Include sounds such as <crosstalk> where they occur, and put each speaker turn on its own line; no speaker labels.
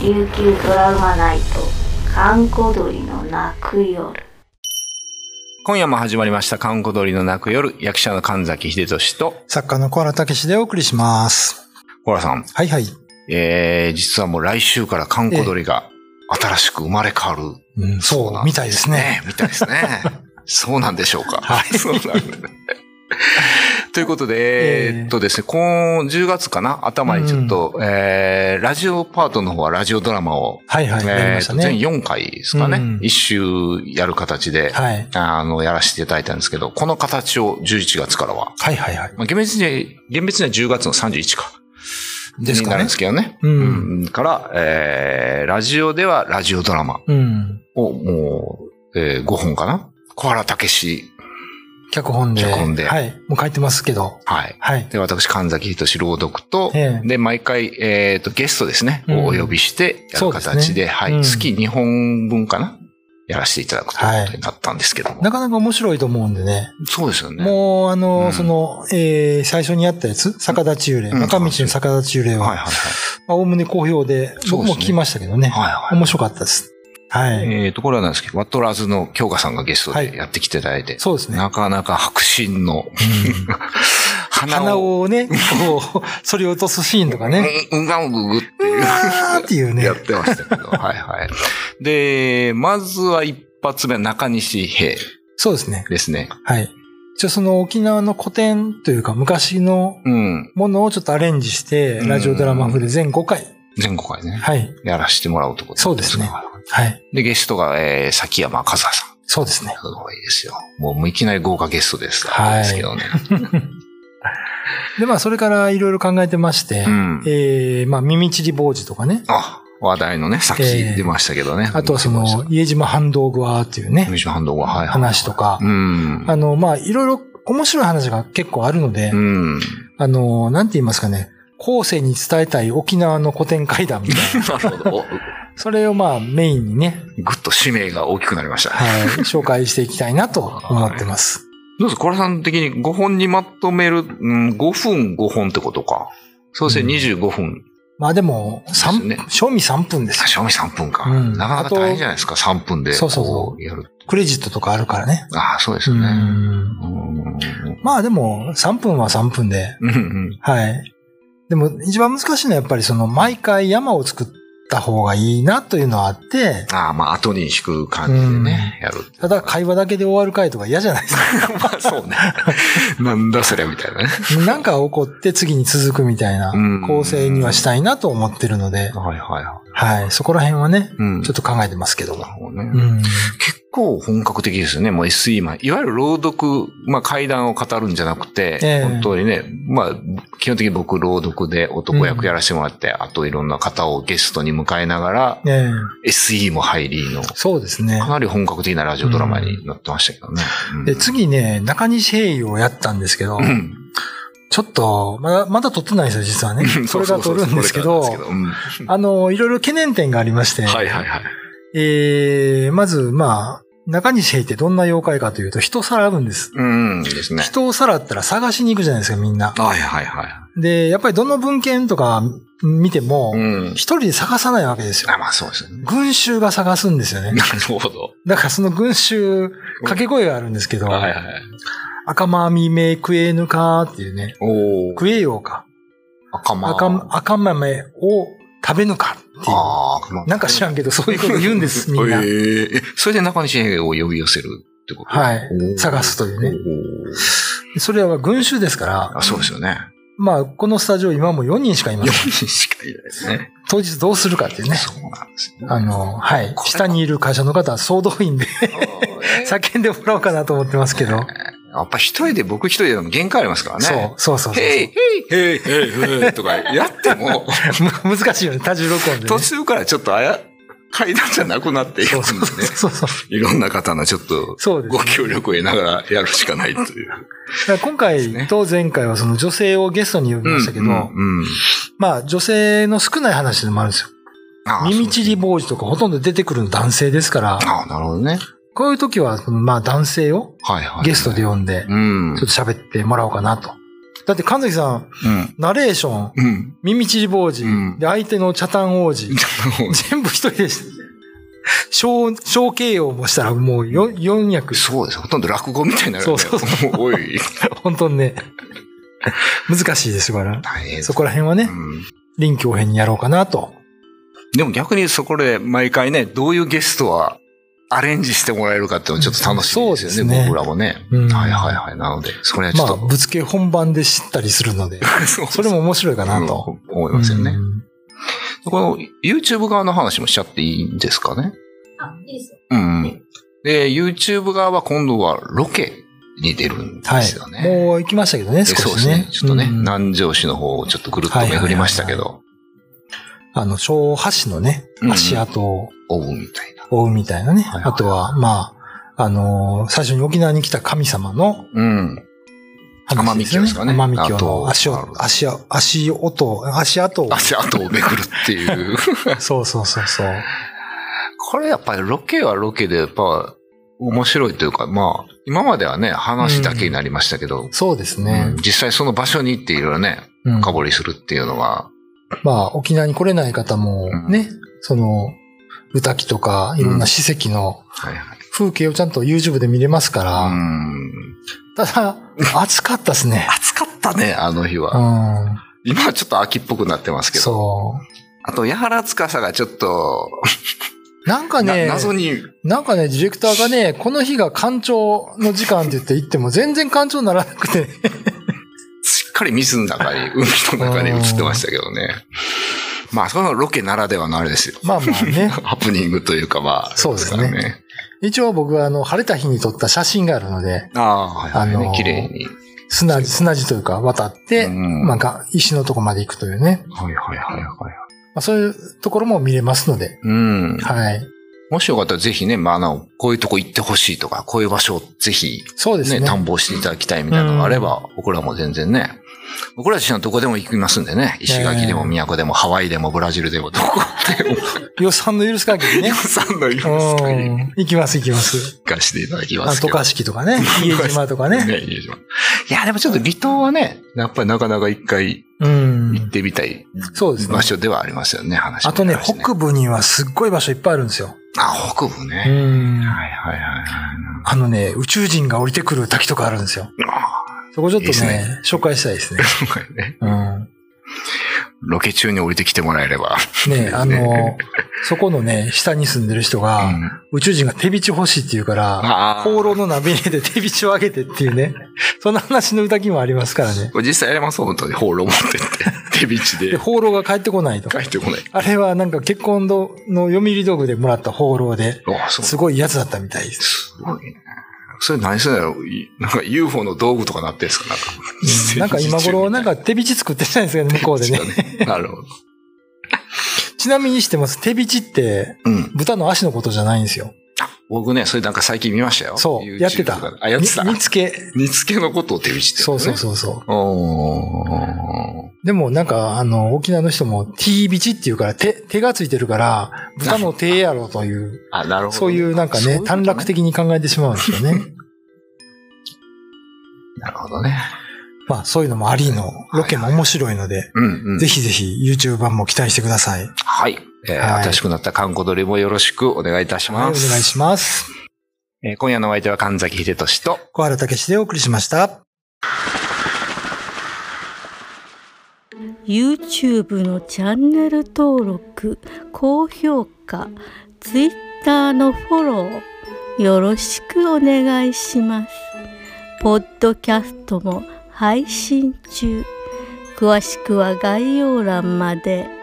琉球ドラマナイト閑古鳥の泣く夜
今夜も始まりました、韓国鳥の泣く夜、役者の神崎秀俊と、
作家の小原武史でお送りします。
ほらさん、
はいはい。
えー、実はもう来週から韓国鳥が新しく生まれ変わる。
そうみたいですね。。
みたいです
<laughs>
ね。そうなんでしょうか。はい、そうなんだね。ということで、え
ええ
ーっとですね、今10月かな頭にちょっと、えー、ラジオパートの方はラジオドラマを、
はいはい。やり
え
ま
ー
し
っと
た
全
ね。
4回ですかね、
うん
一周やる形で、
はい。
あの、やらせていただいたんですけど、この形を11月からは
はいはいはい。
まあ、厳密には、厳密には10月の31か。
です
にな
か
るん
ね
です。けどね。
うん
うんから、えー、ラジオではラジオドラマ
うん。
をもう、えー、5本かな。小原武史。
脚本で。
脚本で
はい。もう書いてますけど。
はい。
はい。
で、私、神崎仁朗読と、
ええ
で、毎回、えっ、と、ゲストですね、
うん
をお呼びして、や
そ
る
うですね
形で、はい、
うん
月2本分かな、やらせていただくということになったんですけども。
なかなか面白いと思うんでね。
そうですよね。
もう、あ
う
の、
ん
その、えー最初にやったやつ、逆立ち幽霊。
うん
中道の逆立ち幽霊
はいはい
は、
はい。
まあおおむね好評で、
そうです
僕
ね
も聞きましたけどね。
はいはい。
面白かったです。はい。
えー、と、これはなんですけど、ワットラーズの京香さんがゲスト
はい
でやってきていただいて、
そうですね。
なかなか白真の
鼻
鼻を、<laughs>
をね、こう、そり落とすシーンとかね。
うん、うんがうぐぐって
う
いう
わーっていうね。
やってましたけ
<laughs>
ど、はいはい。で、まずは一発目、中西平
そうですね。
ですね。
はい。一応その沖縄の古典というか昔の
うん。
ものをちょっとアレンジして、
うん
ラジオドラマ風で全5回。
全国回ね、
はい。
やらせてもらうってこと
そうですね。はい。
で、ゲストが、えー、崎山和也さん。
そうですね。
すごいですよ。もう、もういきなり豪華ゲストです。
はい
ですけどね。
で、まあそれからいろいろ考えてまして、
うん。
えー、まあ耳ちり坊主とかね。
あ、話題のね、さっき
えー
出ましたけどね。
あとはその、家島反動具はっていう
ミュ
ね
ー、ジシャンハンドが、はいはい。
話とか
う。ん。
あの、まあいろいろ面白い話が結構あるので
う、
<laughs>
ん。
あの、なんて言いますかね。後世に伝えたい沖縄の古典会談みたい
<laughs>
な。
なるほど。お
それをまあメインにね、
ぐっと使命が大きくなりました。
はい、紹介していきたいなと思ってます。
どうですか、コラさん的に5本にまとめる、うん、5分5本ってことか。そうですね、25分。
まあでも、三
ですね
賞味3分ですよ。
賞味3分か。
うん
なかなか大変じゃないですか、3分で。
そうそうそう
こやる。
クレジットとかあるからね。
ああ、そうです
う
よね。
ん
うん。
まあでも、3分は3分で。
うんうん。
はい。でも、一番難しいのはやっぱりその、毎回山を作った方がいいなというのはあって、
ああ、まあ、後に引く感じでね、やる <laughs> って。
ただ会話だけで終わる回とか嫌じゃない
<laughs>
ですか。
まあ、そうね。なんだそれみたいなね。
なんか起こって次に続くみたいな
うん
構成にはしたいなと思ってるので、
はいはいはい。
はい。そこら辺はね、
うん。
ちょっと考えてますけど
なる。ほ
も
どね。
うん。
結構本格的ですよね。もう SE マン。いわゆる朗読、まあ階段を語るんじゃなくて、
ええ
本当にね、まあ、基本的に僕朗読で男役やらせてもらって、あといろんな方をゲストに迎えながら、
ねえ
SE も入りの、
そうですね。
かなり本格的なラジオドラマになってましたけどね。うん <laughs>
で、、次ね、中西平洋をやったんですけど、
うん。。
ちょっと、まだ、まだ撮ってないんですよ、実はねこれが撮るんですけど
そう、そうそうこれからなんですけど
あの、いろいろ懸念点がありまして、
うんはいはいはい。
えー、まず、まあ、中西平ってどんな妖怪かというと、人をさらうんです。
うん、ですね。
人をさらったら探しに行くじゃないですか、みんな。
はいはいはい。
で、やっぱりどの文献とか見ても
う、ん。
一人で探さないわけですよ
あ。まあそうですよね。
群衆が探すんですよね。
<laughs> なるほど。
だからその群衆、掛け声があるんですけど、
はいはい。
赤まみめくえぬかっていうね、
おー。
食えようか。
赤間。
赤、赤豆を食べぬかっていう。
ああ、
なんか知らんけど、そういうこと言う
<laughs>
んです、みんな
え。えそれで中西平を呼び寄せるってこと
はい
おー
探すというね
おー
それは群衆ですから
あ、、そうですよね。
まあ、このスタジオ今も4人しかいま
4
せん。
人しかいないですね。
当日どうするかっていうね。
そうなんですよ、
あの、はい。
これ
下にいる会社の方は総動員で
さっ
叫んでもらおうかなと思ってますけど。
やっぱ一人で、僕一人でも限界ありますからね。
そう、そうそうそう
ヘイヘイヘイヘイヘイとかやって
<laughs>
も、
む難しいよね、多重録音でね。
途中からちょっとあや、階段じゃなくなっていくん
そ
で
うそうそう
ね。
そうそう。
いろんな方のちょっと
そうですね
ご協力を得ながらやるしかないという。
だから今回と前回はその女性をゲストに呼びましたけど、
うんうん
まあ女性の少ない話でもあるんですよ。
あー
耳ちり坊主とかほとんど出てくるの男性ですから、
ああ、なるほどね。
こういう時は、まあ男性を
はいはい。
ゲストで呼んで、ち
うん
ょっと。喋ってもらおうかなと。だって神崎さん、
うん。
ナレーション、
うん。
耳ちり坊主、 <laughs>
うん
で、相手の茶炭王子、全部一人でした。小、小形容もしたらもう 4, 四役、
そうです。ほとんど落語みたいになるよね
そうそう
おい。
本当にね、難しいですから。
大変
そこら辺はね
う、ん
臨機応変にやろうかなと。
でも逆にそこで毎回ね、どういうゲストはアレンジしてもらえるかっていうのちょっと楽しみですよね、
そうですね
僕らもね。
うん
はいはいはい。なので、それはちょ
ま
っ
あ、
と、
ぶつけ本番で知ったりするので、
そう
それも面白いかなと。
うん思いますよね。
うん
この YouTube 側の話もしちゃっていいんですかね。
あ、いいですよ。
うんうん。で、YouTube 側は今度はロケに出るんで
はい
すよ。ね。
もう行きましたけどね、
で
少
そうで
し
す
ね
ね。。ちょっとね、
うん
南城市の方をちょっとぐるっと巡りましたけど、
あの、小橋のね
うん、
足跡を
オーブンみたいな。
追うみたいなね。
はいはい
あとは、まあ、あのー最初に沖縄に来た神様の
うん。
話
奄美峡ですかね
奄美
あ
峡
と
の足
あ
を、
の
足を、足音、足跡を。
足跡を巡るっていう。
<laughs> そうそうそうそう。
<laughs> これやっぱりロケはロケで、やっぱ面白いというか、まあ、今まではね、話だけになりましたけど、
そうですね
うん。実際その場所に行っていろいろね、
うん
深掘りするっていうのは、
まあ、沖縄に来れない方も
うん
ね、その、歌木とか、いろんな史跡の
はいはい。
風景をちゃんと YouTube で見れますから、
うん。
ただ、暑かったですね。
暑かったね、 <laughs> あの日
う
は。
ん。
今はちょっと秋っぽくなってますけど。
そ
あと、矢原司がちょっと、
う。なんかね、
な謎に、
なんかね、ディレクターがね、この日が干潮の時間って言って行っても全然干潮にならなくて、 <laughs>
しっかり水の中に、海の中に映ってましたけどね。まあ、そのロケならではのあれですよ。
まあまあね。
ハプニングというか、まあ。
そうですね
からね。
一応僕はあの、晴れた日に撮った写真があるので、
ああ、はいはい、
あのー
綺麗に。
砂地、砂地というか渡って、
うん
なんか石のとこまで行くというね。
はいはいはいはい。
まあ、そういうところも見れますので、
うん。
はい。
もしよかったらぜひね、まあ、あの、こういうとこ行ってほしいとか、こういう場所をぜひ、
そうです
ね、
ね。
探訪していただきたいみたいなのがあれば、僕らも全然ね、僕ら自身はどこでも行きますんでね、石垣でも宮古でもハワイでもブラジルでもどこで
<laughs>
も、
予算の許す限りね。
さんのい
<laughs> うん
ますかに。
行きます行きます。
行かせていただきま
あ
すけ
渡
ど。
嘉敷とかね、家島とかね。
ね、いいでしょういや、でもちょっと離島はね、やっぱりなかなか一回
う
行っ
ん。
てみたい
そうですね
場。所ではありますよね、話も
あとね、
るし
北部にはすっごい場所いっぱいあるんですよ。
あ、北部
う
ね。
ん。
はいはいはいはい。
あのね、宇宙人が降りてくる滝とかあるんですよ。そこちょっ
いい
とね、
ですね
紹介したい
<laughs>
ですね。
今回ね、
うん。
ロケ中に降りてきてもらえれば。
ね、あの、そこのね、下に住んでる人が、
うん
宇宙人が手びち欲しいって言うから、
あ
放浪の鍋入れて <laughs> 手びちをあげてっていうね、そんな話の歌きもありますからね。
これ実際やります、本当に。放浪持って
<laughs>
って。手引き
で、
で。
放浪が帰ってこないと
書。いてこない。
あれはなんか結婚の読売道具でもらった放浪で、
あ、そう。
すごいやつだったみたいです。
すごいね。それ何すんだろういなんか UFO の道具とかなってるんですかなんか
うん。なんか今頃、なん
か、
か手びち作ってないんですけど、向こう
<laughs>
でね。
なるほど。
ちなみにしてます、手びちって
うん。
豚の足のことじゃないんですよ。
僕ね、それなんか最近見ましたよ。
そう
YouTube
やってた
とかあ、やってた
み。見つけ。
煮付けのことを手引きって言
そう
のね。
そうそうそう。
おー
でもなんか、あの、沖縄の人も T ビチっていうから、手、手がついてるから、豚の手やろという、
あ、なるほど。
そういうなんか
そうい
ね
う、こと
短絡。的に考えてしまうんですよね。 <laughs>
なるほどね。
まあ、そういうのもありの、ロケも面白いので、
うん、うん。
ぜひぜひ YouTube 版も期待してください。はい、
はい。えー
はい
新しくなった観光鳥もよろしくお願いいたし
お願
ま
い
す。
します。
えー今夜のお相手は神崎秀俊と、
小原武史でお送りしました。
YouTube のチャンネル登録高評価 Twitter のフォローよろしくお願いしますポッドキャストも配信中詳しくは概要欄まで。